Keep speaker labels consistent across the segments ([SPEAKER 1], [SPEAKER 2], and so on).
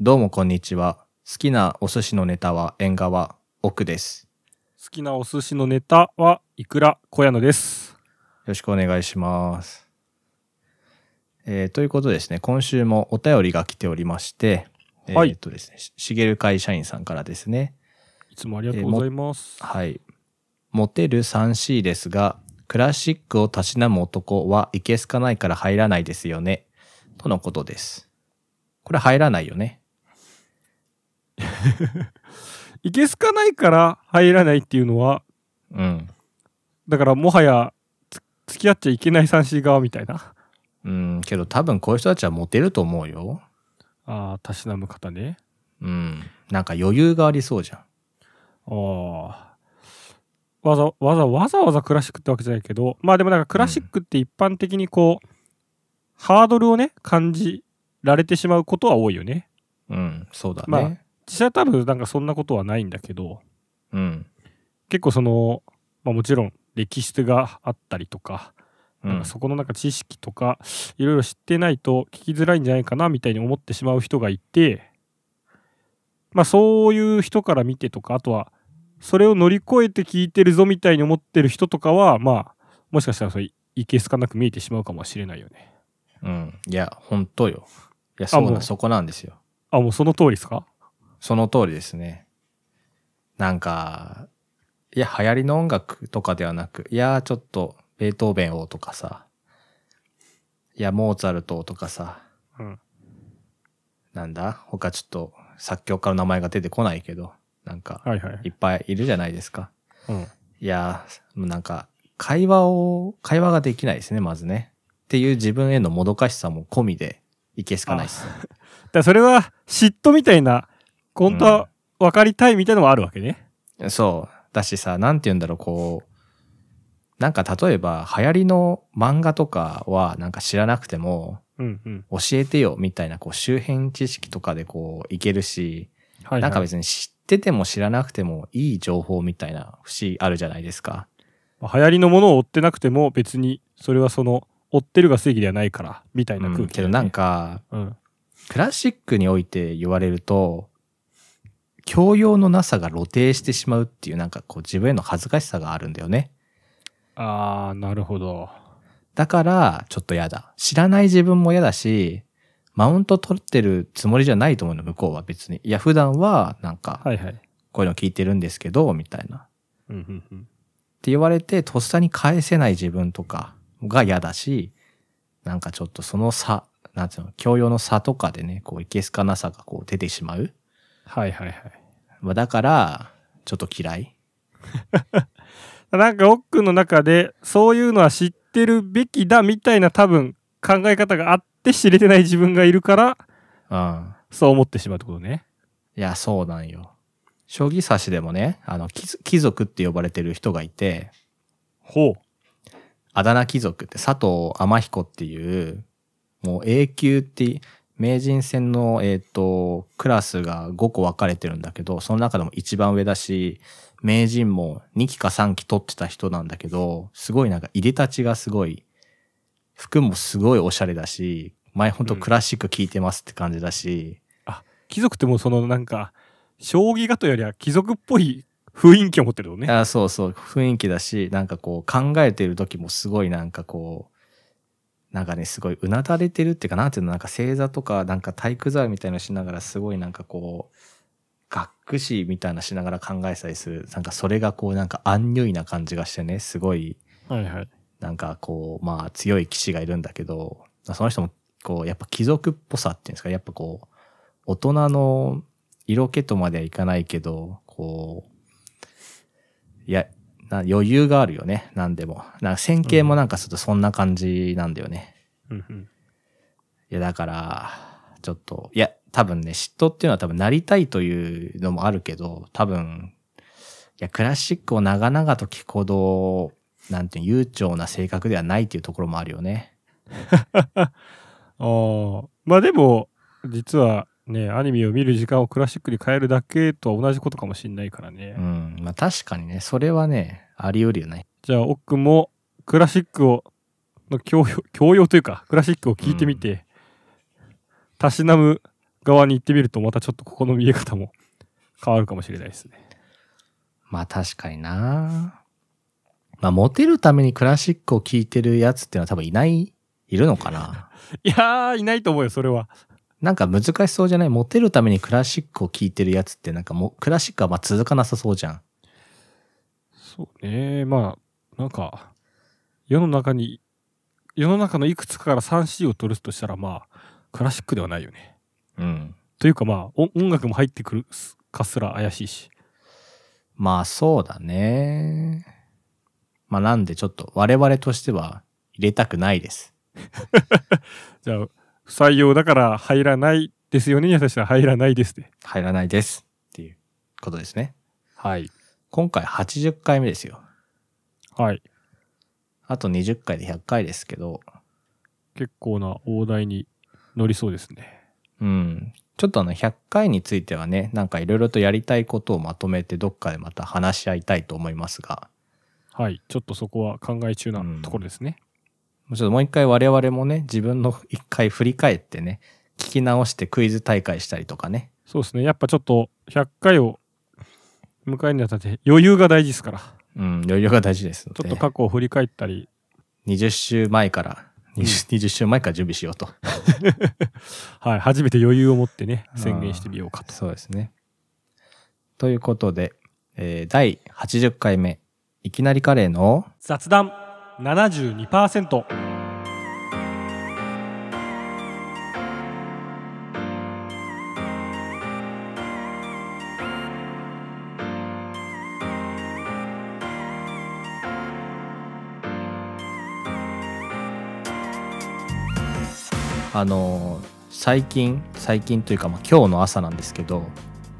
[SPEAKER 1] どうもこんにちは。好きなお寿司のネタは縁側、奥です。
[SPEAKER 2] 好きなお寿司のネタはいくら小屋野です。
[SPEAKER 1] よろしくお願いします。えーということでですね、今週もお便りが来ておりまして、
[SPEAKER 2] はい
[SPEAKER 1] えーとですね、ししげる会社員さんからですね、
[SPEAKER 2] いつもありがとうございます。
[SPEAKER 1] はい。モテる 3C ですが、クラシックをたしなむ男はいけすかないから入らないですよね。とのことです。これ入らないよね。
[SPEAKER 2] いけすかないから入らないっていうのは、
[SPEAKER 1] うん。
[SPEAKER 2] だからもはやつ付き合っちゃいけない三 c 側みたいな。
[SPEAKER 1] うん、けど多分こういう人たちはモテると思うよ。
[SPEAKER 2] ああ、たしなむ方ね。
[SPEAKER 1] うん。なんか余裕がありそうじゃん。
[SPEAKER 2] ああ。わざわざわざわざクラシックってわけじゃないけど、まあでもなんかクラシックって一般的にこう、ハードルをね、感じられてしまうことは多いよね。
[SPEAKER 1] うん、そうだね。
[SPEAKER 2] まあ実際多分なんかそんなことはないんだけど、
[SPEAKER 1] うん。
[SPEAKER 2] 結構その、まあ、もちろん歴史があったりとか,、
[SPEAKER 1] う
[SPEAKER 2] なん
[SPEAKER 1] ん
[SPEAKER 2] か、そこのなんか知識とかいろいろ知ってないと聞きづらいんじゃないかなみたいに思ってしまう人がいて、まあ、そういう人から見てとかあとはそれを乗り越えて聞いてるぞみたいに思ってる人とかはまあもしかしたらそれいけすかなく見えてしまうかもしれないよね。
[SPEAKER 1] うん。いや、本当よ。いや、そう
[SPEAKER 2] も
[SPEAKER 1] な、
[SPEAKER 2] う
[SPEAKER 1] そこなんですよ。
[SPEAKER 2] あもうその通りですか
[SPEAKER 1] その通りですね。なんか、いや、流行りの音楽とかではなく、いや、ちょっと、ベートーベンをとかさ、いや、モーツァルトをとかさ、
[SPEAKER 2] うん。
[SPEAKER 1] なんだ他ちょっと、作曲家の名前が出てこないけど、なんか、
[SPEAKER 2] はいはい。
[SPEAKER 1] いっぱいいるじゃないですか。
[SPEAKER 2] うん、
[SPEAKER 1] いやー、もうなんか、会話を、会話ができないですね、まずね。っていう自分へのもどかしさも込みで、いけすかないです。
[SPEAKER 2] だからそれは嫉妬みたいな本当は分かりたいみたいなのもあるわけね。
[SPEAKER 1] そう。だしさ、なんて言うんだろう、こう、なんか例えば、流行りの漫画とかは、なんか知らなくても、
[SPEAKER 2] うんうん。
[SPEAKER 1] 教えてよ、みたいな、こう、周辺知識とかでこう、いけるし、
[SPEAKER 2] はいはい、
[SPEAKER 1] なんか別に知ってても知らなくてもいい情報みたいな節あるじゃないですか。
[SPEAKER 2] まあ流行りのものを追ってなくても別にそれはその追ってるが正義ではないからみたいな
[SPEAKER 1] う
[SPEAKER 2] 空
[SPEAKER 1] ん、
[SPEAKER 2] 気
[SPEAKER 1] けど
[SPEAKER 2] だよね、
[SPEAKER 1] なんか、
[SPEAKER 2] うん
[SPEAKER 1] クラシックにおいて言われると、教養のなさが露呈してしまうっていう、なんかこう自分への恥ずかしさがあるんだよね。
[SPEAKER 2] ああなるほど
[SPEAKER 1] だから、ちょっと嫌だ。知らない自分も嫌だし、マウント取ってるつもりじゃないと思うの、向こうは別に。いや、普段は、なんか、
[SPEAKER 2] はいはい
[SPEAKER 1] こういうの聞いてるんですけど、みたいな。っ
[SPEAKER 2] うんうんうん
[SPEAKER 1] て言われて、とっさに返せない自分とかが嫌だし、なんかちょっとその差、なんていうの、教養の差とかでね、こう、いけすかなさがこう出てしまう。
[SPEAKER 2] はいはいはい
[SPEAKER 1] まあだから、ちょっと嫌い。
[SPEAKER 2] なんか奥の中でそういうのは知ってるべきだみたいな多分考え方があって知れてない自分がいるから
[SPEAKER 1] うん。
[SPEAKER 2] そう思ってしまうってことね
[SPEAKER 1] いや、そうなんよ。将棋指しでもね、あの、貴族貴族って呼ばれてる人がいて、
[SPEAKER 2] ほう
[SPEAKER 1] あだ名貴族って佐藤天彦っていう、もう A 級って、名人戦の、えっ、と、クラスが5個分かれてるんだけど、その中でも一番上だし、名人も2期か3期取ってた人なんだけど、すごいなんか入れたちがすごい、服もすごいおしゃれだし、前ほんとクラシック聴いてますって感じだし、
[SPEAKER 2] 貴族ってもうそのなんか将棋がというよりは貴族っぽい雰囲気を持ってるよね
[SPEAKER 1] あそうそう、雰囲気だし、なんかこう考えてる時もすごいなんかこう、なんかね、すごいうなだれてるっていうか、なんていうの、なんか正座とか、なんか体育座りみたいなのしながら、すごいなんかこう、学士みたいなのしながら考えてたりする。なんかそれがこう、なんかアンニュイな感じがしてね、すごい、
[SPEAKER 2] はいはい
[SPEAKER 1] なんかこう、まあ強い騎士がいるんだけど、その人もこう、やっぱ貴族っぽさっていうんですか、やっぱこう、大人の色気とまではいかないけど、こう、いや、な余裕があるよね、なんでも。なんか線形もなんかちょっとそんな感じなんだよね。
[SPEAKER 2] うんうん
[SPEAKER 1] いや、だから、ちょっと、いや、多分ね、嫉妬っていうのは多分なりたいというのもあるけど、多分、いや、クラシックを長々と聞くほど、なんていうの悠長な性格ではないっていうところもあるよね。
[SPEAKER 2] ああまあでも実はねアニメを見る時間をクラシックに変えるだけとは同じことかもしんないからね、
[SPEAKER 1] うん。まあ確かにね、それはね、あり得るよね。
[SPEAKER 2] じゃあ奥もクラシックを の教養教養というかクラシックを聞いてみてたしなむ側に行ってみると、またちょっとここの見え方も 変わるかもしれないですね。
[SPEAKER 1] まあ確かにな。まあモテるためにクラシックを聴いてるやつっていうのは多分いない、いるのかな。
[SPEAKER 2] いやー、いないと思うよ、それは。
[SPEAKER 1] なんか難しそうじゃないモテるためにクラシックを聴いてるやつってなんかもうクラシックはまあ続かなさそうじゃん。
[SPEAKER 2] そうね、まあ、なんか、世の中に、世の中のいくつかから 3C を取るとしたら、まあ、クラシックではないよね。
[SPEAKER 1] うん。
[SPEAKER 2] というか、まあ、お音楽も入ってくるかすら怪しいし。
[SPEAKER 1] まあそうだね。まあなんでちょっと我々としては入れたくないです。
[SPEAKER 2] じゃあ、不採用だから入らないですよねに対しては入らないですね。
[SPEAKER 1] 入らないですっていうことですね。
[SPEAKER 2] はい。
[SPEAKER 1] 今回80回目ですよ。
[SPEAKER 2] はい。
[SPEAKER 1] あと20回で100回ですけど、
[SPEAKER 2] 結構な大台に乗りそうですね。
[SPEAKER 1] うん。ちょっとあの100回についてはね、なんかいろいろとやりたいことをまとめてどっかでまた話し合いたいと思いますが、
[SPEAKER 2] はい。ちょっとそこは考え中なところですね。
[SPEAKER 1] もうちょっともう一回我々もね、自分の一回振り返ってね、聞き直してクイズ大会したりとかね。
[SPEAKER 2] そうですね。やっぱちょっと100回を迎えるにあたって余裕が大事ですから。
[SPEAKER 1] うん、余裕が大事ですの
[SPEAKER 2] ちょ
[SPEAKER 1] で。
[SPEAKER 2] っと過去を振り返ったり、
[SPEAKER 1] 20週前から、20, 20週前から準備しようと。
[SPEAKER 2] はい、初めて余裕を持ってね、宣言してみようかと。
[SPEAKER 1] そうですね。ということで、えー第80回目、いきなりカレーの、
[SPEAKER 2] 雑談72%。
[SPEAKER 1] あのー最近、最近というか、まあ、今日の朝なんですけど、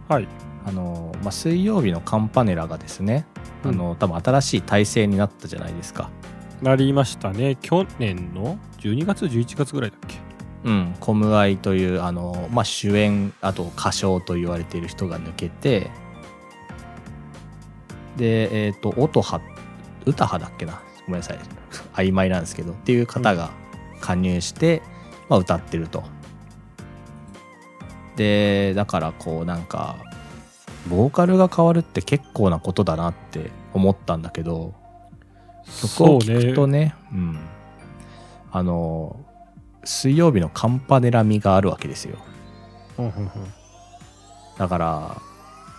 [SPEAKER 2] はい。
[SPEAKER 1] あのーまあ、水曜日のカンパネラがですね、あのー多分新しい体制になったじゃないですか。
[SPEAKER 2] なりましたね。去年の12月、11月ぐらいだっけ。
[SPEAKER 1] うん、コムアイというあの、まあ、主演あと歌唱と言われている人が抜けてでえっ、と音羽歌羽だっけなごめんなさい曖昧なんですけどっていう方が加入して、まあ、歌ってるとでだからこうなんかボーカルが変わるって結構なことだなって思ったんだけど曲を聴くとねうん、あの水曜日のカンパネラ味があるわけですよ
[SPEAKER 2] そうね。うんうんうん
[SPEAKER 1] だから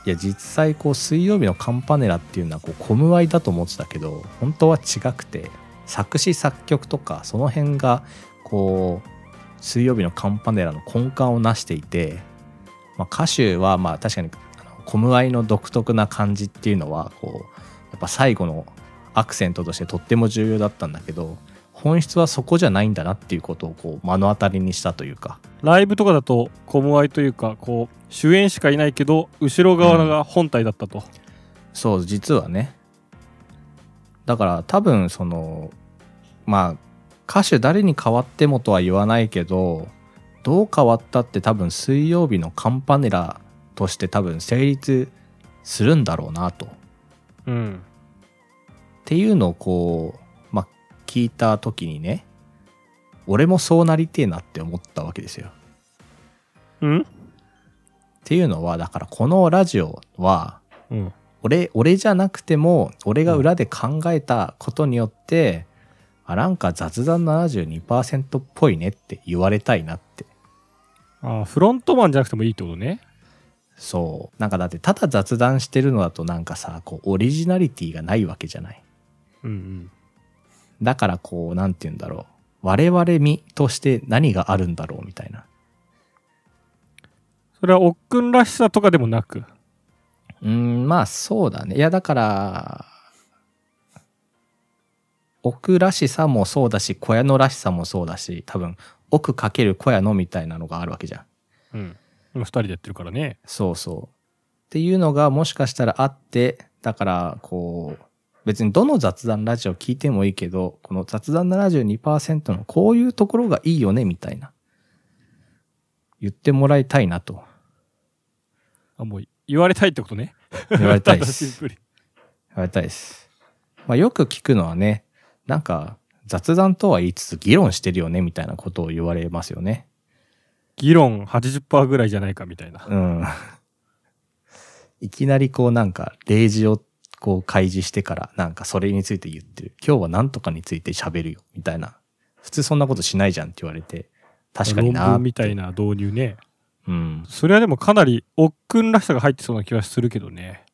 [SPEAKER 1] いや実際こう水曜日のカンパネラっていうのはこうコムアイだと思ってたけど本当は違くて作詞作曲とかその辺がこう水曜日のカンパネラの根幹をなしていて、まあ、歌手はまあ確かにあのコムアイの独特な感じっていうのはこうやっぱ最後のアクセントとしてとっても重要だったんだけど本質はそこじゃないんだなっていうことをこう目の当たりにしたというか
[SPEAKER 2] ライブとかだと、コムアイというか、こう、主演しかいないけど、後ろ側が本体だったと。
[SPEAKER 1] そう実はねだから多分そのまあ歌手誰に変わってもとは言わないけどどう変わったって多分水曜日のカンパネラとして多分成立するんだろうなとっ
[SPEAKER 2] うん。
[SPEAKER 1] ていうのをこうまあ聞いた時にね俺もそうなりてえなって思ったわけですよ。
[SPEAKER 2] うん
[SPEAKER 1] っていうのはだからこのラジオは
[SPEAKER 2] うん。
[SPEAKER 1] 俺、俺じゃなくても、俺が裏で考えたことによって、あ、なんか雑談72%っぽいねって言われたいなって。
[SPEAKER 2] ああ、フロントマンじゃなくてもいいってことね。
[SPEAKER 1] そう。なんかだって、ただ雑談してるのだとなんかさ、こう、オリジナリティがないわけじゃない。
[SPEAKER 2] うんうん。
[SPEAKER 1] だからこう、なんて言うんだろう。我々味として何があるんだろうみたいな。
[SPEAKER 2] それは、おっくんらしさとかでもなく。
[SPEAKER 1] うーん、まあそうだね。いや、だから、奥らしさもそうだし、小屋のらしさもそうだし、多分、奥かける小屋のみたいなのがあるわけじゃん。
[SPEAKER 2] うん。今、二人でやってるからね。
[SPEAKER 1] そうそう。っていうのがもしかしたらあって、だから、こう、別にどの雑談ラジオ聞いてもいいけど、この雑談72%のこういうところがいいよね、みたいな。言ってもらいたいなと
[SPEAKER 2] あ、もう、言われたいってことね。
[SPEAKER 1] 言われたいで
[SPEAKER 2] シン
[SPEAKER 1] す
[SPEAKER 2] プ。ルに
[SPEAKER 1] やりたいです。まあ、よく聞くのはね、なんか雑談とは言いつつ議論してるよねみたいなことを言われますよね。
[SPEAKER 2] 議論80%ぐらいじゃないかみたいな。
[SPEAKER 1] うん。 いきなりこうなんか、例示をこう開示してから、なんかそれについて言ってる。今日は何とかについて喋るよ、みたいな。普通そんなことしないじゃんって言われて、確かに
[SPEAKER 2] 論
[SPEAKER 1] な
[SPEAKER 2] 文。みたいな導入ね。
[SPEAKER 1] うん。
[SPEAKER 2] それはでもかなり、おっくんらしさが入ってそうな気がするけどね。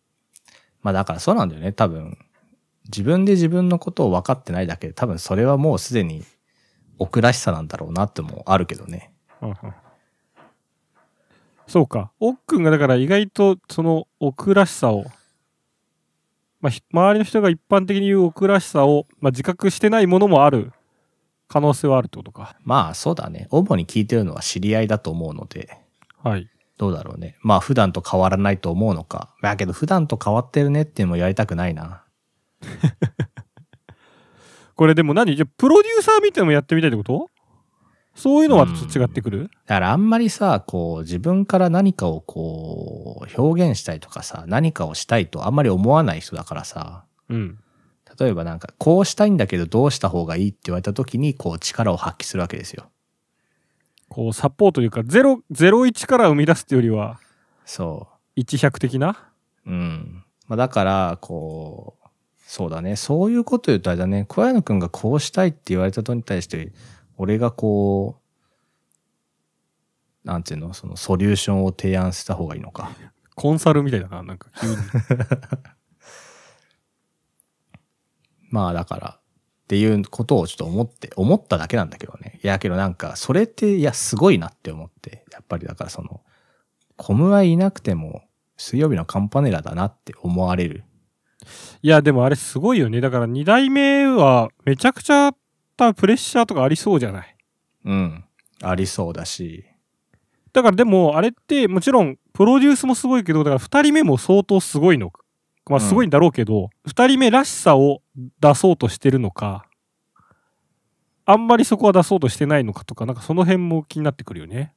[SPEAKER 1] まあだからそうなんだよね、多分。自分で自分のことを分かってないだけで、多分それはもうすでに奥らしさなんだろうなってもあるけどね。
[SPEAKER 2] うんうんそうか。おっくんがだから意外とその奥らしさを、まあ、ひ周りの人が一般的に言う奥らしさを、まあ、自覚してないものもある可能性はあるってことか。
[SPEAKER 1] まあそうだね。主に聞いてるのは知り合いだと思うので、
[SPEAKER 2] はい。
[SPEAKER 1] どうだろうね。まあ普段と変わらないと思うのか。だけど普段と変わってるねっていうのもやりたくないな。
[SPEAKER 2] これでも何じゃあプロデューサーみたいなのもやってみたいってことそういうのはちょっと違ってくる
[SPEAKER 1] だからあんまりさ、こう自分から何かをこう表現したいとかさ、何かをしたいとあんまり思わない人だからさ、
[SPEAKER 2] うん。
[SPEAKER 1] 例えばなんかこうしたいんだけどどうした方がいいって言われた時にこう力を発揮するわけですよ。
[SPEAKER 2] こう、サポートというか、ゼロ、ゼロ一から生み出すっていうよりは、
[SPEAKER 1] そ
[SPEAKER 2] 一百的な
[SPEAKER 1] う。うん。まあ、だから、こう、そうだね。そういうこと言うとあれだね。小谷野くんがこうしたいって言われたことに対して、俺がこう、なんていうの、そのソリューションを提案した方がいいのか。
[SPEAKER 2] コンサルみたいだな、なんか急に。
[SPEAKER 1] まあだから、っていうことをちょっと思って、思っただけなんだけどね。いや、けどなんか、それって、いや、すごいなって思って、やっぱりだからその、コムはいなくても、水曜日のカンパネラだなって思われる。
[SPEAKER 2] いや、でもあれすごいよね。だから2代目はめちゃくちゃ多分プレッシャーとかありそうじゃない。
[SPEAKER 1] うん。ありそうだし、
[SPEAKER 2] だからでもあれってもちろんプロデュースもすごいけど、だから2人目も相当すごいの。まあ
[SPEAKER 1] うん
[SPEAKER 2] すごいんだろうけど、2人目らしさを出そうとしてるのか、あんまりそこは出そうとしてないのかとか、なんかその辺も気になってくるよね。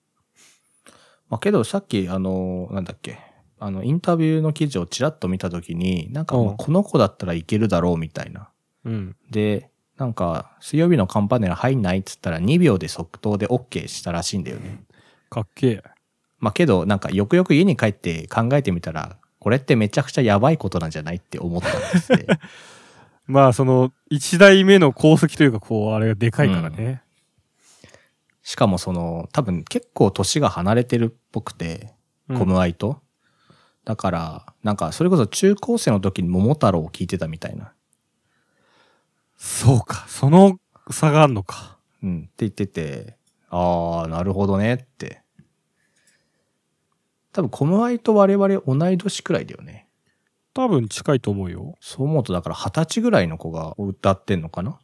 [SPEAKER 1] まあ、けどさっきあのなんだっけあのインタビューの記事をちらっと見た時になんかまあ
[SPEAKER 2] うん
[SPEAKER 1] この子だったらいけるだろうみたいな。
[SPEAKER 2] うん。
[SPEAKER 1] でなんか水曜日のカンパネラ入んないっつったら2秒で即答で OK したらしいんだよね。
[SPEAKER 2] かっけえ。
[SPEAKER 1] まあけどなんかよくよく家に帰って考えてみたらこれってめちゃくちゃやばいことなんじゃないって思ったんです ね。
[SPEAKER 2] まあその1代目の功績というか、こう、あれがでかいからね。
[SPEAKER 1] しかもその多分結構年が離れてるっぽくて
[SPEAKER 2] うん
[SPEAKER 1] コムアイと。だからなんかそれこそ中高生の時に桃太郎を聞いてたみたいな。
[SPEAKER 2] そうか。その差があんのか。
[SPEAKER 1] うん、って言ってて、ああ、なるほどねって。多分、コムアイと我々同い年くらいだよね。
[SPEAKER 2] 多分近いと思うよ。
[SPEAKER 1] そう思うと、だから二十歳ぐらいの子が歌ってんのかなっ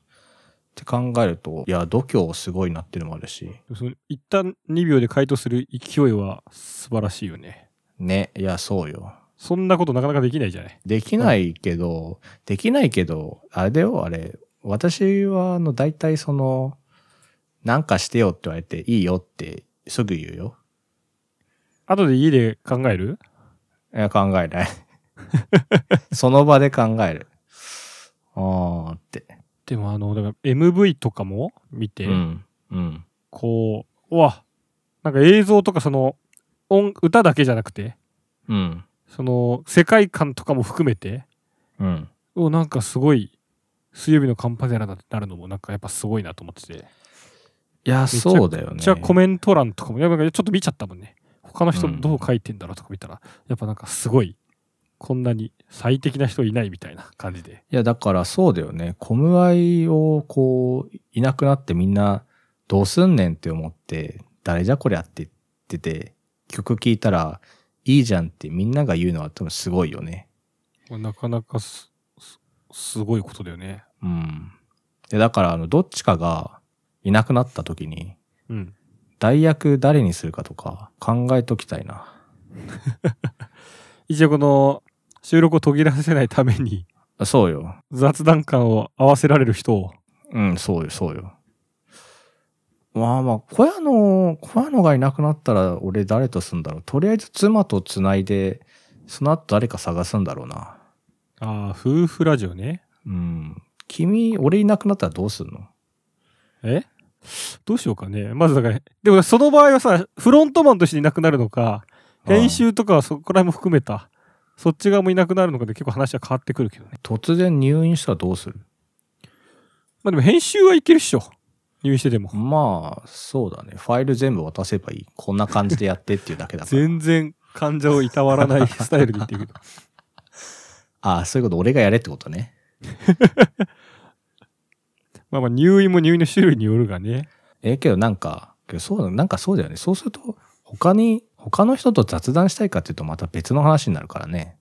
[SPEAKER 1] て考えると、いや、度胸すごいなっていうのもあるし、
[SPEAKER 2] その一旦2秒で回答する勢いは素晴らしいよね。
[SPEAKER 1] ね、いや、そうよ。
[SPEAKER 2] そんなことなかなかできないじゃない。
[SPEAKER 1] できないけど、できないけど、あれだよ、あれ。私は、あの、大体その、なんかしてよって言われて、いいよって、すぐ言うよ。
[SPEAKER 2] 後で家で考える
[SPEAKER 1] いや、考えない。 その場で考える。あーって。
[SPEAKER 2] でもあの、だから MV とかも見て、
[SPEAKER 1] うん。うん。
[SPEAKER 2] こう、うわ、なんか映像とかその音、歌だけじゃなくて、
[SPEAKER 1] うん。
[SPEAKER 2] その世界観とかも含めて、
[SPEAKER 1] うん。
[SPEAKER 2] おなんかすごい、水曜日のカンパネラだってなるのもなんかやっぱすごいなと思ってて。
[SPEAKER 1] いや、そうだよね。
[SPEAKER 2] じゃあコメント欄とかも、やっぱなんかちょっと見ちゃったもんね。他の人
[SPEAKER 1] うん
[SPEAKER 2] どう書いてんだろうとか見たら、やっぱなんかすごい、こんなに最適な人いないみたいな感じで。
[SPEAKER 1] いや、だからそうだよね。コムアイを、こう、いなくなってみんな、どうすんねんって思って、誰じゃこりゃって言ってて、曲聴いたら、いいじゃんってみんなが言うのは多分すごいよね。
[SPEAKER 2] なかなかす、すすごいことだよね。
[SPEAKER 1] うん。で、だから、あの、どっちかがいなくなった時に、
[SPEAKER 2] うん。
[SPEAKER 1] 代役誰にするかとか考えときたいな。
[SPEAKER 2] 一応この収録を途切らせないために
[SPEAKER 1] そうよ。
[SPEAKER 2] 雑談感を合わせられる人を。
[SPEAKER 1] うん、そうよ、そうよ。まあまあ、小屋の、小屋のがいなくなったら俺誰とすんだろう。とりあえず妻と繋いで、その後誰か探すんだろうな。
[SPEAKER 2] ああ、夫婦ラジオね。
[SPEAKER 1] うん。君、俺いなくなったらどうすんの
[SPEAKER 2] えどうしようかね。まずだから、でもその場合はさ、フロントマンとしていなくなるのか、編集とかはそこら辺も含めた、そっち側もいなくなるのかで結構話は変わってくるけどね。
[SPEAKER 1] 突然入院したらどうする
[SPEAKER 2] まあでも編集はいけるっしょ。入院してでも。
[SPEAKER 1] まあ、そうだね。ファイル全部渡せばいい。こんな感じでやってっていうだけだから。
[SPEAKER 2] 全然患者をいたわらない スタイルで言ってるけど。
[SPEAKER 1] ああ、そういうこと、俺がやれってことね。
[SPEAKER 2] まあまあ入院も入院の種類によるがね。
[SPEAKER 1] ええけどなんか、けどそうだ、なんかそうだよね。そうすると、他に、他の人と雑談したいかっていうとまた別の話になるからね。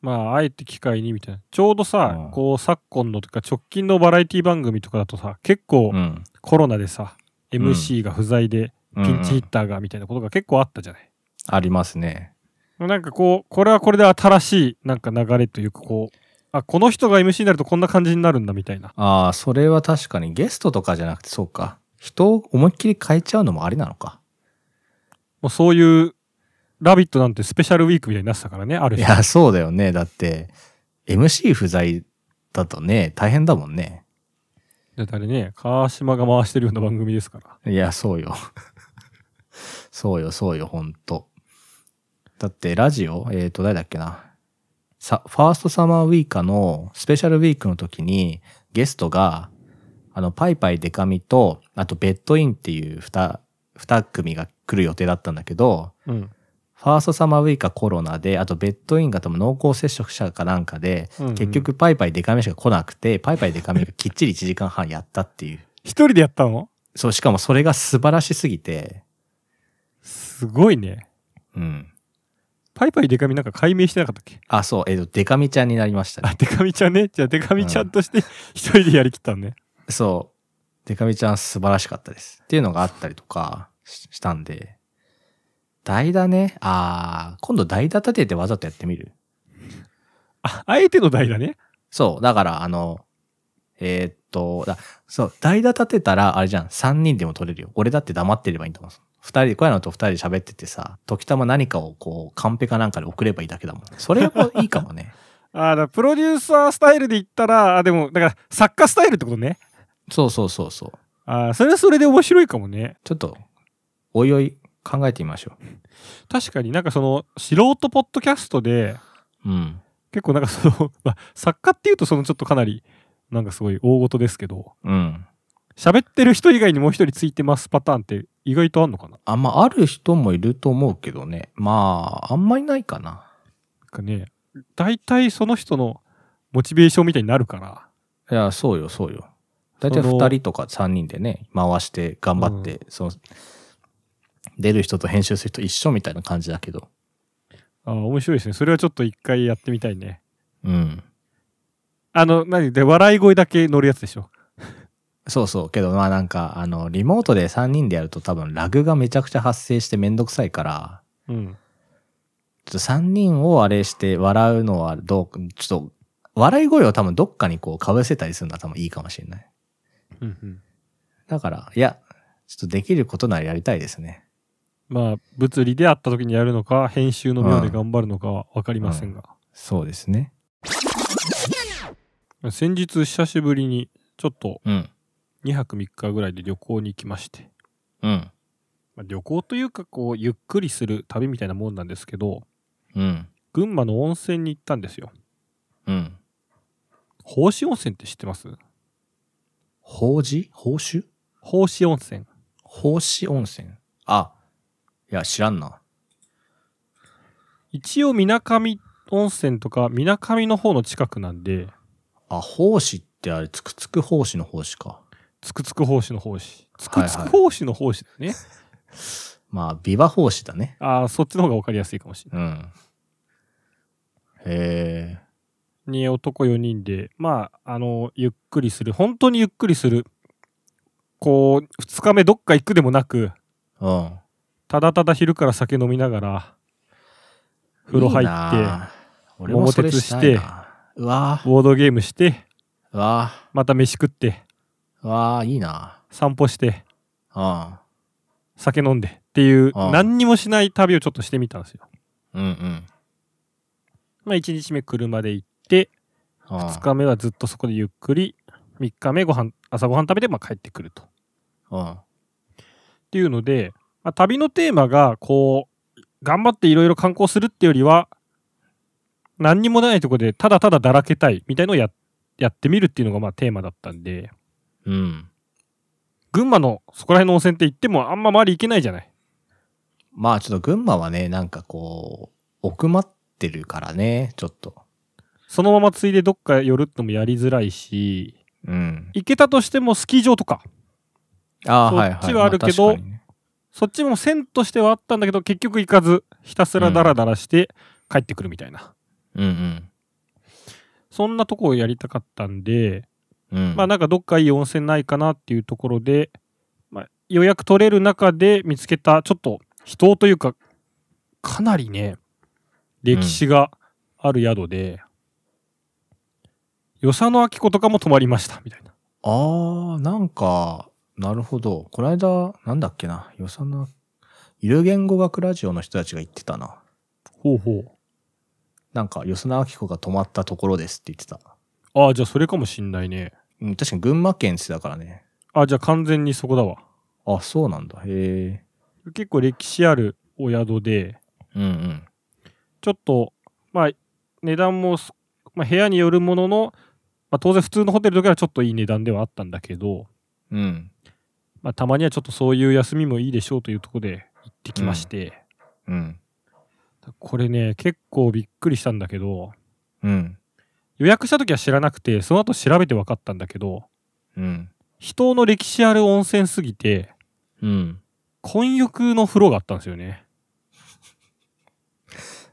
[SPEAKER 2] まあ、あえて機会にみたいな。ちょうどさ、
[SPEAKER 1] うん
[SPEAKER 2] こう、昨今のとか、直近のバラエティ番組とかだとさ、結構
[SPEAKER 1] うん。
[SPEAKER 2] コロナでさ、
[SPEAKER 1] ん
[SPEAKER 2] MC が不在で、
[SPEAKER 1] うん
[SPEAKER 2] ピンチヒ
[SPEAKER 1] う
[SPEAKER 2] ッ
[SPEAKER 1] ん
[SPEAKER 2] ターがみたいなことが結構あったじゃない。
[SPEAKER 1] ありますね。
[SPEAKER 2] なんかこう、これはこれで新しいなんか流れというか、こう、あ、この人が MC になるとこんな感じになるんだみたいな。
[SPEAKER 1] ああ、それは確かにゲストとかじゃなくて、そうか。人を思いっきり変えちゃうのもありなのか。
[SPEAKER 2] もうそういう、ラビットなんてスペシャルウィークみたいになってたからね、あ
[SPEAKER 1] い
[SPEAKER 2] る日。
[SPEAKER 1] や、そうだよね。だって、MC 不在だとね、大変だもんね。
[SPEAKER 2] だってあれね、川島が回してるような番組ですから。
[SPEAKER 1] いや、そうよ。 そうよ、そうよ、ほんと。だって、ラジオ、えっ、と、誰だっけな。さ、ファーストサマーウイカのスペシャルウィークの時に、ゲストが、あの、パイパイデカミと、あと、ベッドインっていう二、二組が来る予定だったんだけど、
[SPEAKER 2] うん。
[SPEAKER 1] ファーストサマーウイカコロナで、あとベッドインが多分濃厚接触者かなんかで、
[SPEAKER 2] うんうん
[SPEAKER 1] 結局パイパイデカミしか来なくて、パイパイデカミがきっちり1時間半やったっていう。
[SPEAKER 2] 一人でやったの
[SPEAKER 1] そう、しかもそれが素晴らしすぎて、
[SPEAKER 2] すごいね。
[SPEAKER 1] うん。
[SPEAKER 2] パイパイデカミなんか解明してなかったっけ
[SPEAKER 1] あ、そう、えっ、と、デカミちゃんになりました
[SPEAKER 2] あ、
[SPEAKER 1] ね。
[SPEAKER 2] デカミちゃんね。じゃあデカミちゃんとして一人でやりきったのね。
[SPEAKER 1] そう。デカミちゃん素晴らしかったです。っていうのがあったりとかししたんで、代打ね。あー、今度代打立ててわざとやってみる
[SPEAKER 2] あ、あえての代だね。
[SPEAKER 1] そう、だから、あの、えーっと、だそう、代打立てたら、あれじゃん、3人でも取れるよ。俺だって黙ってればいいんだもん。2人で、小屋のと2人で喋っててさ、時たま何かをこう、カンペかなんかで送ればいいだけだもん。それもいいかも ね。
[SPEAKER 2] あーだからプロデューサースタイルで言ったら、あ、でも、だから作家スタイルってことね。
[SPEAKER 1] そうそうそうそう。
[SPEAKER 2] あーそれはそれで面白いかもね。
[SPEAKER 1] ちょっと、おいおい考えてみましょ
[SPEAKER 2] 確かになんかその、素人ポッドキャストで、
[SPEAKER 1] う。うん。
[SPEAKER 2] 結構なんかその、 まあ、作家っていうとそのちょっとかなり、なんかすごい大事ですけど、
[SPEAKER 1] うん。
[SPEAKER 2] 喋ってる人以外にもう一人ついてますパターンって意外とあんのかな
[SPEAKER 1] あんまある人もいると思うけどね。まあ、あんまりないかな。
[SPEAKER 2] なんかね、大体その人のモチベーションみたいになるから、
[SPEAKER 1] いや、そうよ、そうよ。だいたい
[SPEAKER 2] その
[SPEAKER 1] 2人とか3人でね、回して頑張って、その、出る人と編集する人一緒みたいな感じだけど。
[SPEAKER 2] あー面白いですね。それはちょっと一回やってみたいね。
[SPEAKER 1] うん。
[SPEAKER 2] あの、何で、笑い声だけ乗るやつでしょ。
[SPEAKER 1] そうそう。けど、まあなんか、あの、リモートで3人でやると多分ラグがめちゃくちゃ発生してめんどくさいから、
[SPEAKER 2] うん。
[SPEAKER 1] ちょっと3人をあれして笑うのはどう、ちょっと、笑い声を多分どっかにこう被せたりするのは多分いいかもしれない。
[SPEAKER 2] うんうん。
[SPEAKER 1] だから、いや、ちょっとできることならやりたいですね。
[SPEAKER 2] まあ、物理で会った時にやるのか、編集の妙で頑張るのかは分かりませんが。
[SPEAKER 1] そうですね。
[SPEAKER 2] 先日、久しぶりに、ちょっと
[SPEAKER 1] うん。
[SPEAKER 2] 2泊3日ぐらいで旅行に行きまして。
[SPEAKER 1] うん。
[SPEAKER 2] まあ、旅行というか、こう、ゆっくりする旅みたいなもんなんですけど、
[SPEAKER 1] うん。
[SPEAKER 2] 群馬の温泉に行ったんですよ。
[SPEAKER 1] うん。
[SPEAKER 2] 奉仕温泉って知ってます
[SPEAKER 1] 法事報酬
[SPEAKER 2] 奉仕温泉。
[SPEAKER 1] 奉仕温泉あ、いや、知らんな。
[SPEAKER 2] 一応、水上温泉とか、水上の方の近くなんで、
[SPEAKER 1] あ、奉仕ってあれ、つくつく奉仕の奉仕か。
[SPEAKER 2] つくつく奉仕の奉仕。つ
[SPEAKER 1] はい
[SPEAKER 2] く
[SPEAKER 1] はい
[SPEAKER 2] つく奉仕の奉仕だよね。
[SPEAKER 1] まあ、ビバ奉仕だね。
[SPEAKER 2] ああ、そっちの方が分かりやすいかもしれな
[SPEAKER 1] うん。へえ。
[SPEAKER 2] い。に男4人で、まあ、あの、ゆっくりする、本当にゆっくりする、こう、2日目どっか行くでもなく、
[SPEAKER 1] うん。
[SPEAKER 2] ただただ昼から酒飲みながら、風呂入
[SPEAKER 1] いい
[SPEAKER 2] って、
[SPEAKER 1] な俺もそれしたい
[SPEAKER 2] 桃鉄して
[SPEAKER 1] な。うわ
[SPEAKER 2] ボードゲームして、
[SPEAKER 1] うわ
[SPEAKER 2] また飯食って、
[SPEAKER 1] うわいいな。
[SPEAKER 2] 散歩して、
[SPEAKER 1] うん。
[SPEAKER 2] 酒飲んでっていう、
[SPEAKER 1] ああ
[SPEAKER 2] 何にもしない旅をちょっとしてみたんですよ。
[SPEAKER 1] うんうん。
[SPEAKER 2] まあ、1日目車で行って、
[SPEAKER 1] うん
[SPEAKER 2] 2日目はずっとそこでゆっくり3日目ご飯朝ごはん食べて、まあ、帰ってくると。っ
[SPEAKER 1] うん。
[SPEAKER 2] ていうので、まあ、旅のテーマが、こう、頑張っていろいろ観光するってよりは、何にもないとこで、ただただだらけたいみたいのをややってみるっていうのが、まあ、テーマだったんで、
[SPEAKER 1] うん。
[SPEAKER 2] 群馬のそこら辺の温泉って行っても、あんま周り行けないじゃない。
[SPEAKER 1] まあちょっと群馬はね、なんかこう、奥まってるからね、ちょっと。
[SPEAKER 2] そのままついでどっか寄るってのもやりづらいし、
[SPEAKER 1] うん。
[SPEAKER 2] 行けたとしてもスキー場とか、
[SPEAKER 1] ああ、はいはい。
[SPEAKER 2] そっちはあるけど
[SPEAKER 1] ま確かにね
[SPEAKER 2] そっちも線としてはあったんだけど、結局行かず、ひたすらダラダラして帰ってくるみたいな。
[SPEAKER 1] うん
[SPEAKER 2] そんなとこをやりたかったんで、
[SPEAKER 1] うん。うん。
[SPEAKER 2] まあなんかどっかいい温泉ないかなっていうところで、まあ、予約取れる中で見つけた、ちょっと人というか、かなりね、歴史がある宿で、与謝野明子とかも泊まりました、みたいな。
[SPEAKER 1] ああ、なんか、なるほど。この間、なんだっけな、よさな、ゆる言語学ラジオの人たちが言ってたな。
[SPEAKER 2] ほうほ
[SPEAKER 1] なんか、よさなあきこが泊まったところですって言ってた。
[SPEAKER 2] う。ああ、じゃあそれかもしんないね。
[SPEAKER 1] うん、確かに群馬県ってだからね。
[SPEAKER 2] ああ、じゃあ完全にそこだわ。
[SPEAKER 1] あ、そうなんだ。へ
[SPEAKER 2] 結構歴史あるお宿で、
[SPEAKER 1] え。うんうん。
[SPEAKER 2] ちょっと、まあ、値段もす、まあ、部屋によるものの、まあ、当然普通のホテルとかはちょっといい値段ではあったんだけど、
[SPEAKER 1] うん。
[SPEAKER 2] まあ、たまにはちょっとそういう休みもいいでしょうというところで行ってきまして、
[SPEAKER 1] うん。
[SPEAKER 2] これね結構びっくりしたんだけど
[SPEAKER 1] うん。
[SPEAKER 2] 予約した時は知らなくてその後調べて分かったんだけど
[SPEAKER 1] うん。
[SPEAKER 2] 秘湯の歴史ある温泉すぎて
[SPEAKER 1] うん。
[SPEAKER 2] 混浴の風呂があったんですよね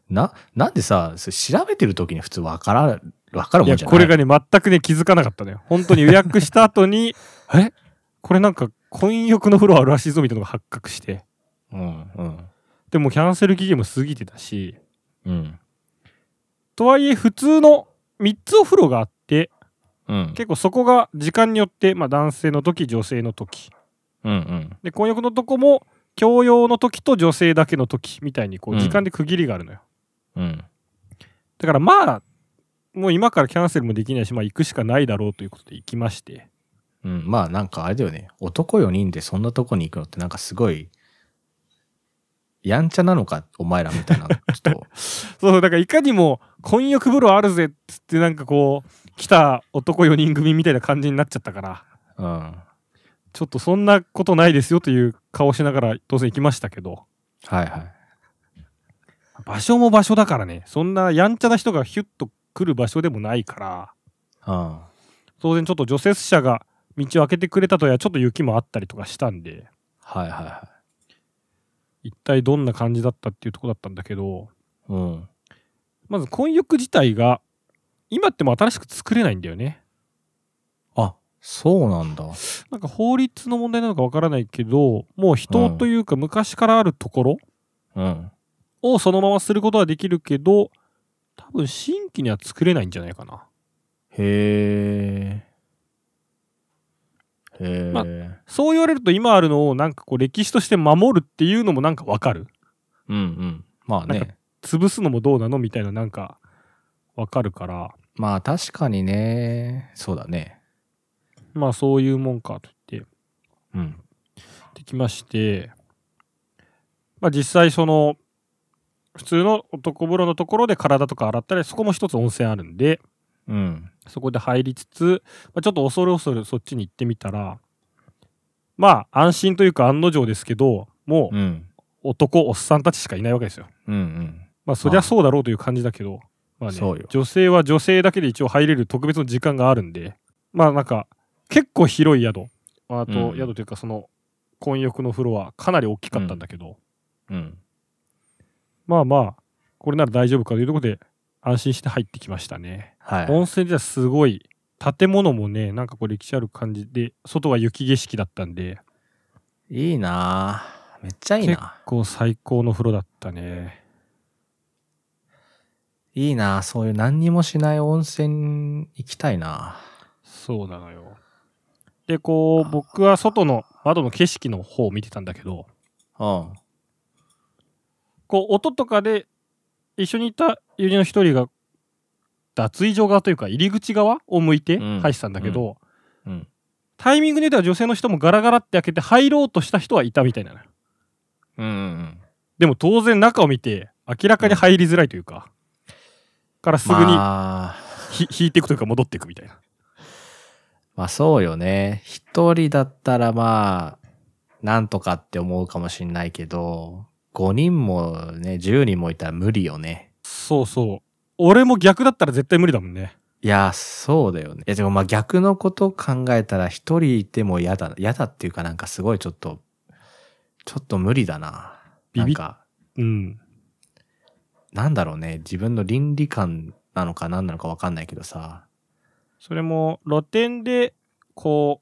[SPEAKER 1] な、なんでさ、それ調べてる時に普通わから、わかる
[SPEAKER 2] い
[SPEAKER 1] も
[SPEAKER 2] や
[SPEAKER 1] んじゃない
[SPEAKER 2] これがね全くね気づかなかったのよ本当に予約した後 にえこれなんか混浴の風呂あるらしいぞみたいなのが発覚して
[SPEAKER 1] うんうん。
[SPEAKER 2] でもキャンセル期限も過ぎてたし、
[SPEAKER 1] うん。
[SPEAKER 2] とはいえ普通の3つお風呂があって、
[SPEAKER 1] うん。
[SPEAKER 2] 結構そこが時間によって、まあ男性の時、女性の時。
[SPEAKER 1] うんうん。
[SPEAKER 2] で、混浴のとこも、共用の時と女性だけの時みたいに、こ
[SPEAKER 1] う
[SPEAKER 2] う、
[SPEAKER 1] ん
[SPEAKER 2] 時間で区切りがあるのよ。
[SPEAKER 1] うん。
[SPEAKER 2] だからまあ、もう今からキャンセルもできないし、まあ行くしかないだろうということで行きまして。
[SPEAKER 1] うん、まあなんかあれだよね男4人でそんなとこに行くのってなんかすごいやんちゃなのかお前らみたいなちょっ と
[SPEAKER 2] そうそう、だからいかにも、混浴風呂あるぜっつって、なんかこう、来た男4人組みたいな感じになっちゃったから、
[SPEAKER 1] うん
[SPEAKER 2] ちょっとそんなことないですよという顔しながら、当然行きましたけど。
[SPEAKER 1] はいはい
[SPEAKER 2] 場所も場所だからねそんなやんちゃな人がヒュッと来る場所でもないから
[SPEAKER 1] うん
[SPEAKER 2] 当然ちょっと除雪車が道を開けてくれたとやちょっと雪もあったりとかしたんで
[SPEAKER 1] はいはいは
[SPEAKER 2] 一体どんな感じだったっていうとこだったんだけど
[SPEAKER 1] いうん
[SPEAKER 2] まず混浴自体が今ってもう新しく作れないんだよね
[SPEAKER 1] あそうなんだ
[SPEAKER 2] なんか法律の問題なのかわからないけどもう人というか昔からあるところ
[SPEAKER 1] うん
[SPEAKER 2] をそのまますることはできるけど多分新規には作れないんじゃないかな
[SPEAKER 1] へえへえ、
[SPEAKER 2] まそう言われると今あるのをなんかこう歴史として守るっていうのもなんかわかる
[SPEAKER 1] うんうんまあ
[SPEAKER 2] なんか
[SPEAKER 1] ね
[SPEAKER 2] 潰すのもどうなのみたいななんかわかるから
[SPEAKER 1] まあ確かにねそうだね
[SPEAKER 2] まあそういうもんかと言って
[SPEAKER 1] うん
[SPEAKER 2] できましてまあ実際その普通の男風呂のところで体とか洗ったりそこも一つ温泉あるんで
[SPEAKER 1] うん
[SPEAKER 2] そこで入りつつ、まあ、ちょっと恐る恐るそっちに行ってみたらまあ安心というか案の定ですけども
[SPEAKER 1] うんうん
[SPEAKER 2] う男おっさんたちしかいないわけですよ
[SPEAKER 1] うん
[SPEAKER 2] まあそりゃそうだろうという感じだけど、まあね
[SPEAKER 1] そうよ、
[SPEAKER 2] 女性は女性だけで一応入れる特別の時間があるんで、まあなんか、結構広い宿。あと、
[SPEAKER 1] うん
[SPEAKER 2] 宿というかその、混浴のフロア、かなり大きかったんだけど、
[SPEAKER 1] うん
[SPEAKER 2] まあまあ、これなら大丈夫かというところで、安心して入ってきましたね。
[SPEAKER 1] はい
[SPEAKER 2] 温泉自体すごい、建物もね、なんかこう歴史ある感じで、外は雪景色だったんで、
[SPEAKER 1] いいなあめっちゃいい
[SPEAKER 2] 結
[SPEAKER 1] な
[SPEAKER 2] 構最高の風呂だったね。
[SPEAKER 1] いいなあそういう何にもしない温泉行きたいな
[SPEAKER 2] そうなのよ。で、こう、僕は外の窓の景色の方を見てたんだけど、
[SPEAKER 1] うん。
[SPEAKER 2] こう、音とかで、一緒にいた友人の一人が、脱衣所側というか、入り口側を向いて
[SPEAKER 1] うん
[SPEAKER 2] 入ってたんだけど、
[SPEAKER 1] うん。
[SPEAKER 2] タイミングによっては女性の人もガラガラって開けて入ろうとした人はいたみたいなのよ
[SPEAKER 1] うんうん。
[SPEAKER 2] でも当然中を見て明らかに入りづらいというか、からすぐに
[SPEAKER 1] まあ、
[SPEAKER 2] ひ引いていくというか戻っていくみたいな。
[SPEAKER 1] まあそうよね。一人だったらまあ、なんとかって思うかもしんないけど、5人もね、10人もいたら無理よね。
[SPEAKER 2] そうそう。俺も逆だったら絶対無理だもんね。
[SPEAKER 1] いや、そうだよね。いや、でもまあ逆のこと考えたら一人いても嫌だ、嫌だっていうかなんかすごいちょっと、ちょっと無理だな。
[SPEAKER 2] ビ
[SPEAKER 1] なん
[SPEAKER 2] ビ
[SPEAKER 1] か、
[SPEAKER 2] うん。
[SPEAKER 1] なんだろうね。自分の倫理観なのか何なのかわかんないけどさ。
[SPEAKER 2] それも露店でこ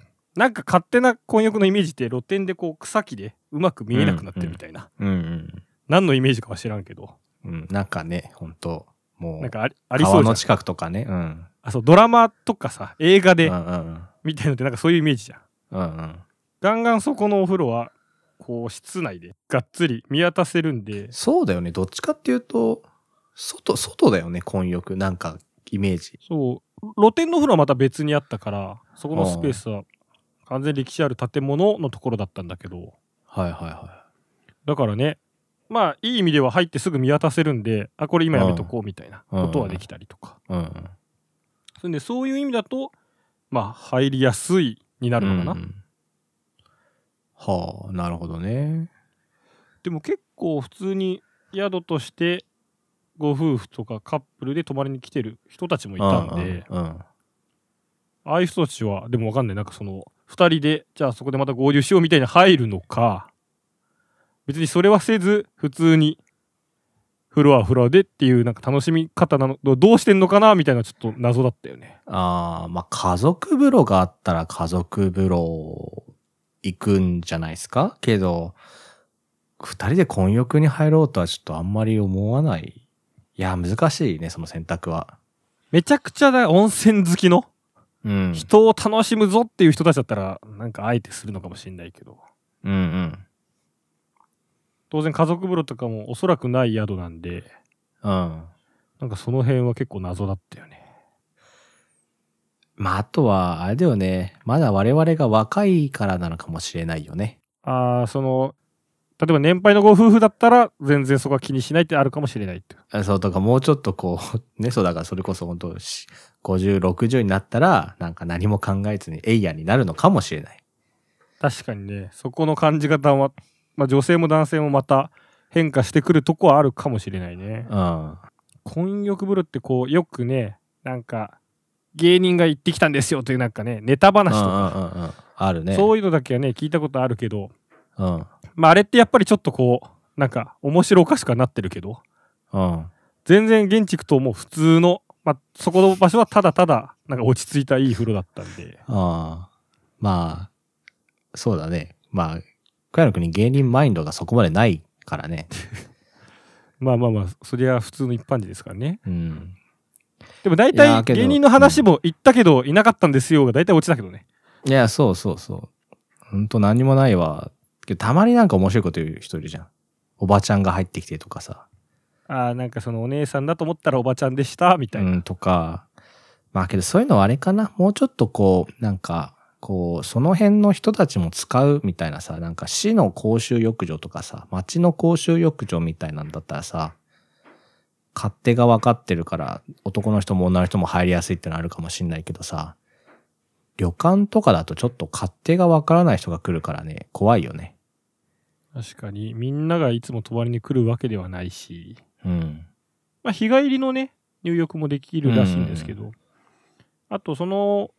[SPEAKER 2] うなんか勝手な混浴のイメージって露店でこう草木でうまく見えなくなってるみたいな、
[SPEAKER 1] うんうん。
[SPEAKER 2] 何のイメージかは知らんけど
[SPEAKER 1] うん、なんかね、ほんと、も
[SPEAKER 2] なん
[SPEAKER 1] う、
[SPEAKER 2] かありありそ
[SPEAKER 1] 川
[SPEAKER 2] うじゃ
[SPEAKER 1] の
[SPEAKER 2] ん
[SPEAKER 1] 近くとかね。うん。
[SPEAKER 2] あそうドラマとかさ映画
[SPEAKER 1] う
[SPEAKER 2] で
[SPEAKER 1] んうん
[SPEAKER 2] みたいのってなんかそういうイメージじゃん
[SPEAKER 1] うん。うんうん。
[SPEAKER 2] ガンガンそこのお風呂はこう室内でがっつり見渡せるんで
[SPEAKER 1] そうだよね。どっちかっていうと、外、外だよね、混浴。なんか、イメージ。
[SPEAKER 2] そう露店のお風呂はまた別にあったからそこのスペースは完全に歴史ある建物のところだったんだけど
[SPEAKER 1] はいはいは
[SPEAKER 2] だからね、まあいい意味では入ってすぐ見渡せるんで、あ、これ今やめとこうみたいな
[SPEAKER 1] うん
[SPEAKER 2] ことはできたりとか。
[SPEAKER 1] い。うんうん。
[SPEAKER 2] そんで、そういう意味だと、まあ入りやすいにな
[SPEAKER 1] あ
[SPEAKER 2] るのかな。
[SPEAKER 1] はあ、なるほどね。
[SPEAKER 2] でも結構普通に宿として、ご夫婦とかカップルで泊まりに来てる人たちもいたんで、
[SPEAKER 1] うんうん
[SPEAKER 2] ああいう人たちは、でもわかんない。なんかその、二人で、じゃあそこでまた合流しようみたいに入るのか、別にそれはせず、普通に、フロアフロアでっていう、なんか楽しみ方なの、どどうしてんのかなみたいなちょっと謎だったよね。
[SPEAKER 1] ああ、まあ、家族風呂があったら家族風呂行くんじゃないですかけど、二人で混浴に入ろうとはちょっとあんまり思わない。いや、難しいね、その選択は。
[SPEAKER 2] めちゃくちゃだ温泉好きの、
[SPEAKER 1] うん。
[SPEAKER 2] 人を楽しむぞっていう人たちだったら、なんかあえてするのかもしれないけど、
[SPEAKER 1] うんうん。
[SPEAKER 2] 当然家族風呂とかもおそらくない宿なんで、
[SPEAKER 1] うん。
[SPEAKER 2] なんかその辺は結構謎だったよね。
[SPEAKER 1] まあ、あとは、あれだよね。まだ我々が若いからなのかもしれないよね。
[SPEAKER 2] ああ、その、例えば年配のご夫婦だったら、全然そこは気にしないってあるかもしれないっていう。
[SPEAKER 1] あそう、とかもうちょっとこう、 ね、そうだからそれこそ本当し50、60になったら、なんか何も考えずにエイヤーになるのかもしれない。
[SPEAKER 2] 確かにね、そこの感じ方は、まあ女性も男性もまた変化してくるとこはあるかもしれないね。
[SPEAKER 1] うん。
[SPEAKER 2] 混浴風呂ってこう、よくね、なんか、芸人が行ってきたんですよというなんかね、ネタ話とか、
[SPEAKER 1] うんうんうんうん、あるね。
[SPEAKER 2] そうういうのだけはね、聞いたことあるけど、
[SPEAKER 1] ん。
[SPEAKER 2] まああれってやっぱりちょっとこう、なんか面白おかしくはなってるけど、
[SPEAKER 1] うん。
[SPEAKER 2] 全然現地行くともう普通の、まあそこの場所はただただ、なんか落ち着いたいい風呂だったんで。
[SPEAKER 1] ああ。まあ、そうだね。まあ、小山君に芸人マインドがそこまでないからね。
[SPEAKER 2] まあまあまあ、そりゃ普通の一般人ですからね。
[SPEAKER 1] うん。
[SPEAKER 2] でも大
[SPEAKER 1] いや
[SPEAKER 2] 体
[SPEAKER 1] ーけど
[SPEAKER 2] 芸人の話も言ったけど、いなかったんですよが大体落ちだけどね。
[SPEAKER 1] いや、そうそうそう。ほんと何もないわ。けどたまになんか面白いこと言う人いるじゃん。おばちゃんが入ってきてとかさ。
[SPEAKER 2] ああ、なんかそのお姉さんだと思ったらおばちゃんでした、みたいうな。
[SPEAKER 1] ん、とか、まあけどそういうのはあれかな。もうちょっとこう、なんか、こう、その辺の人たちも使うみたいなさ、なんか市の公衆浴場とかさ、町の公衆浴場みたいなんだったらさ、勝手が分かってるから、男の人も女の人も入りやすいってのあるかもしんないけどさ、旅館とかだとちょっと勝手が分からない人が来るからね、怖いよね。
[SPEAKER 2] 確かに、みんながいつも泊まりに来るわけではないし、
[SPEAKER 1] うん。
[SPEAKER 2] まあ日帰りのね、入浴もできるらしいんですけど、あとその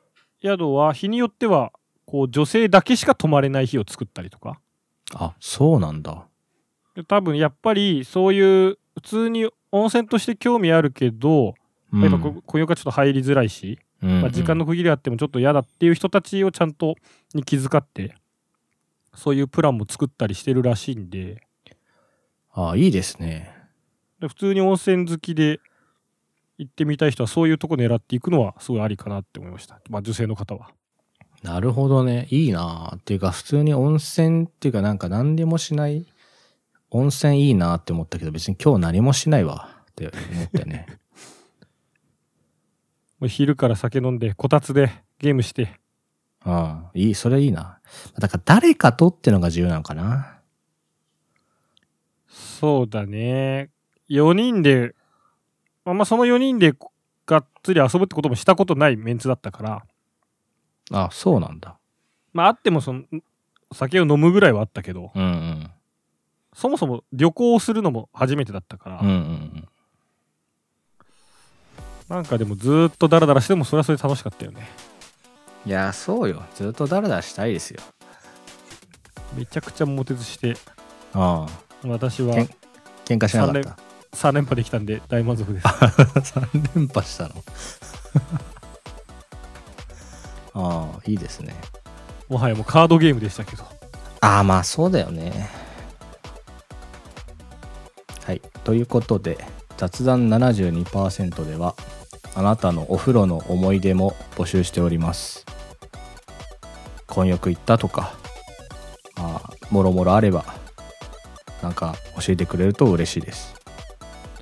[SPEAKER 2] 宿は日によっては、こう女性だけしか泊まれない日を作ったりとか。
[SPEAKER 1] あ、そうなんだ。
[SPEAKER 2] で多分やっぱりそういう普通に温泉として興味あるけど、
[SPEAKER 1] うん
[SPEAKER 2] やっぱこ雇用がちょっと入りづらいし、
[SPEAKER 1] うん
[SPEAKER 2] まあ、時間の区切りあってもちょっと嫌だっていう人たちをちゃんとに気遣ってそういうプランも作ったりしてるらしいんで
[SPEAKER 1] あ、いいですね。
[SPEAKER 2] で普通に温泉好きで行ってみたい人はそういうとこ狙っていくのはすごいありかなって思いました、まあ、女性の方は
[SPEAKER 1] なるほどね。いいなあっていうか、普通に温泉っていうか、なんか何でもしない、温泉いいなあって思ったけど、別に今日何もしないわって思ったよね。
[SPEAKER 2] もう昼から酒飲んでこたつでゲームして
[SPEAKER 1] うん。いい、それいいな。だから誰かとってのが重要なのかな。
[SPEAKER 2] そうだね。4人で、まあ、まあその4人でがっつり遊ぶってこともしたことないメンツだったから、
[SPEAKER 1] あ、そうなんだ。
[SPEAKER 2] まああってもその、酒を飲むぐらいはあったけど、
[SPEAKER 1] うんうん。
[SPEAKER 2] そもそも旅行をするのも初めてだったから、
[SPEAKER 1] うんうんうん。
[SPEAKER 2] なんかでもずーっとダラダラしてもそれはそれで楽しかったよね。
[SPEAKER 1] いや、そうよ。ずっとダラダラしたいですよ。
[SPEAKER 2] めちゃくちゃモテずして、
[SPEAKER 1] うん。
[SPEAKER 2] 私は
[SPEAKER 1] けん喧嘩しなかっ
[SPEAKER 2] 3連覇できたんで大満足で す。
[SPEAKER 1] た。3連覇したの。 ああ、いいですね。
[SPEAKER 2] もはやもうカードゲームでしたけど。
[SPEAKER 1] ああ、まあそうだよね。はい。ということで、雑談72%では、あなたのお風呂の思い出も募集しております。混浴行ったとか、まあ、もろもろあれば、なんか教えてくれると嬉しいです。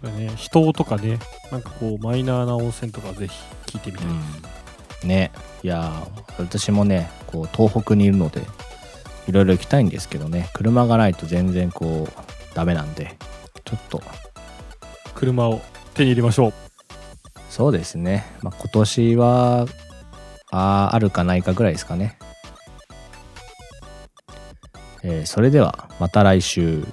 [SPEAKER 2] そうだね、秘湯とかね、なんかこうマイナーな温泉とかぜひ聞いてみたい。
[SPEAKER 1] ねいやー私もねこう東北にいるのでいろいろ行きたいんですけどね車がないと全然こうダメなんでちょっと
[SPEAKER 2] 車を手に入れましょう。
[SPEAKER 1] そうですね、まあ、今年はあーあるかないかぐらいですかね、えーそれではまた来週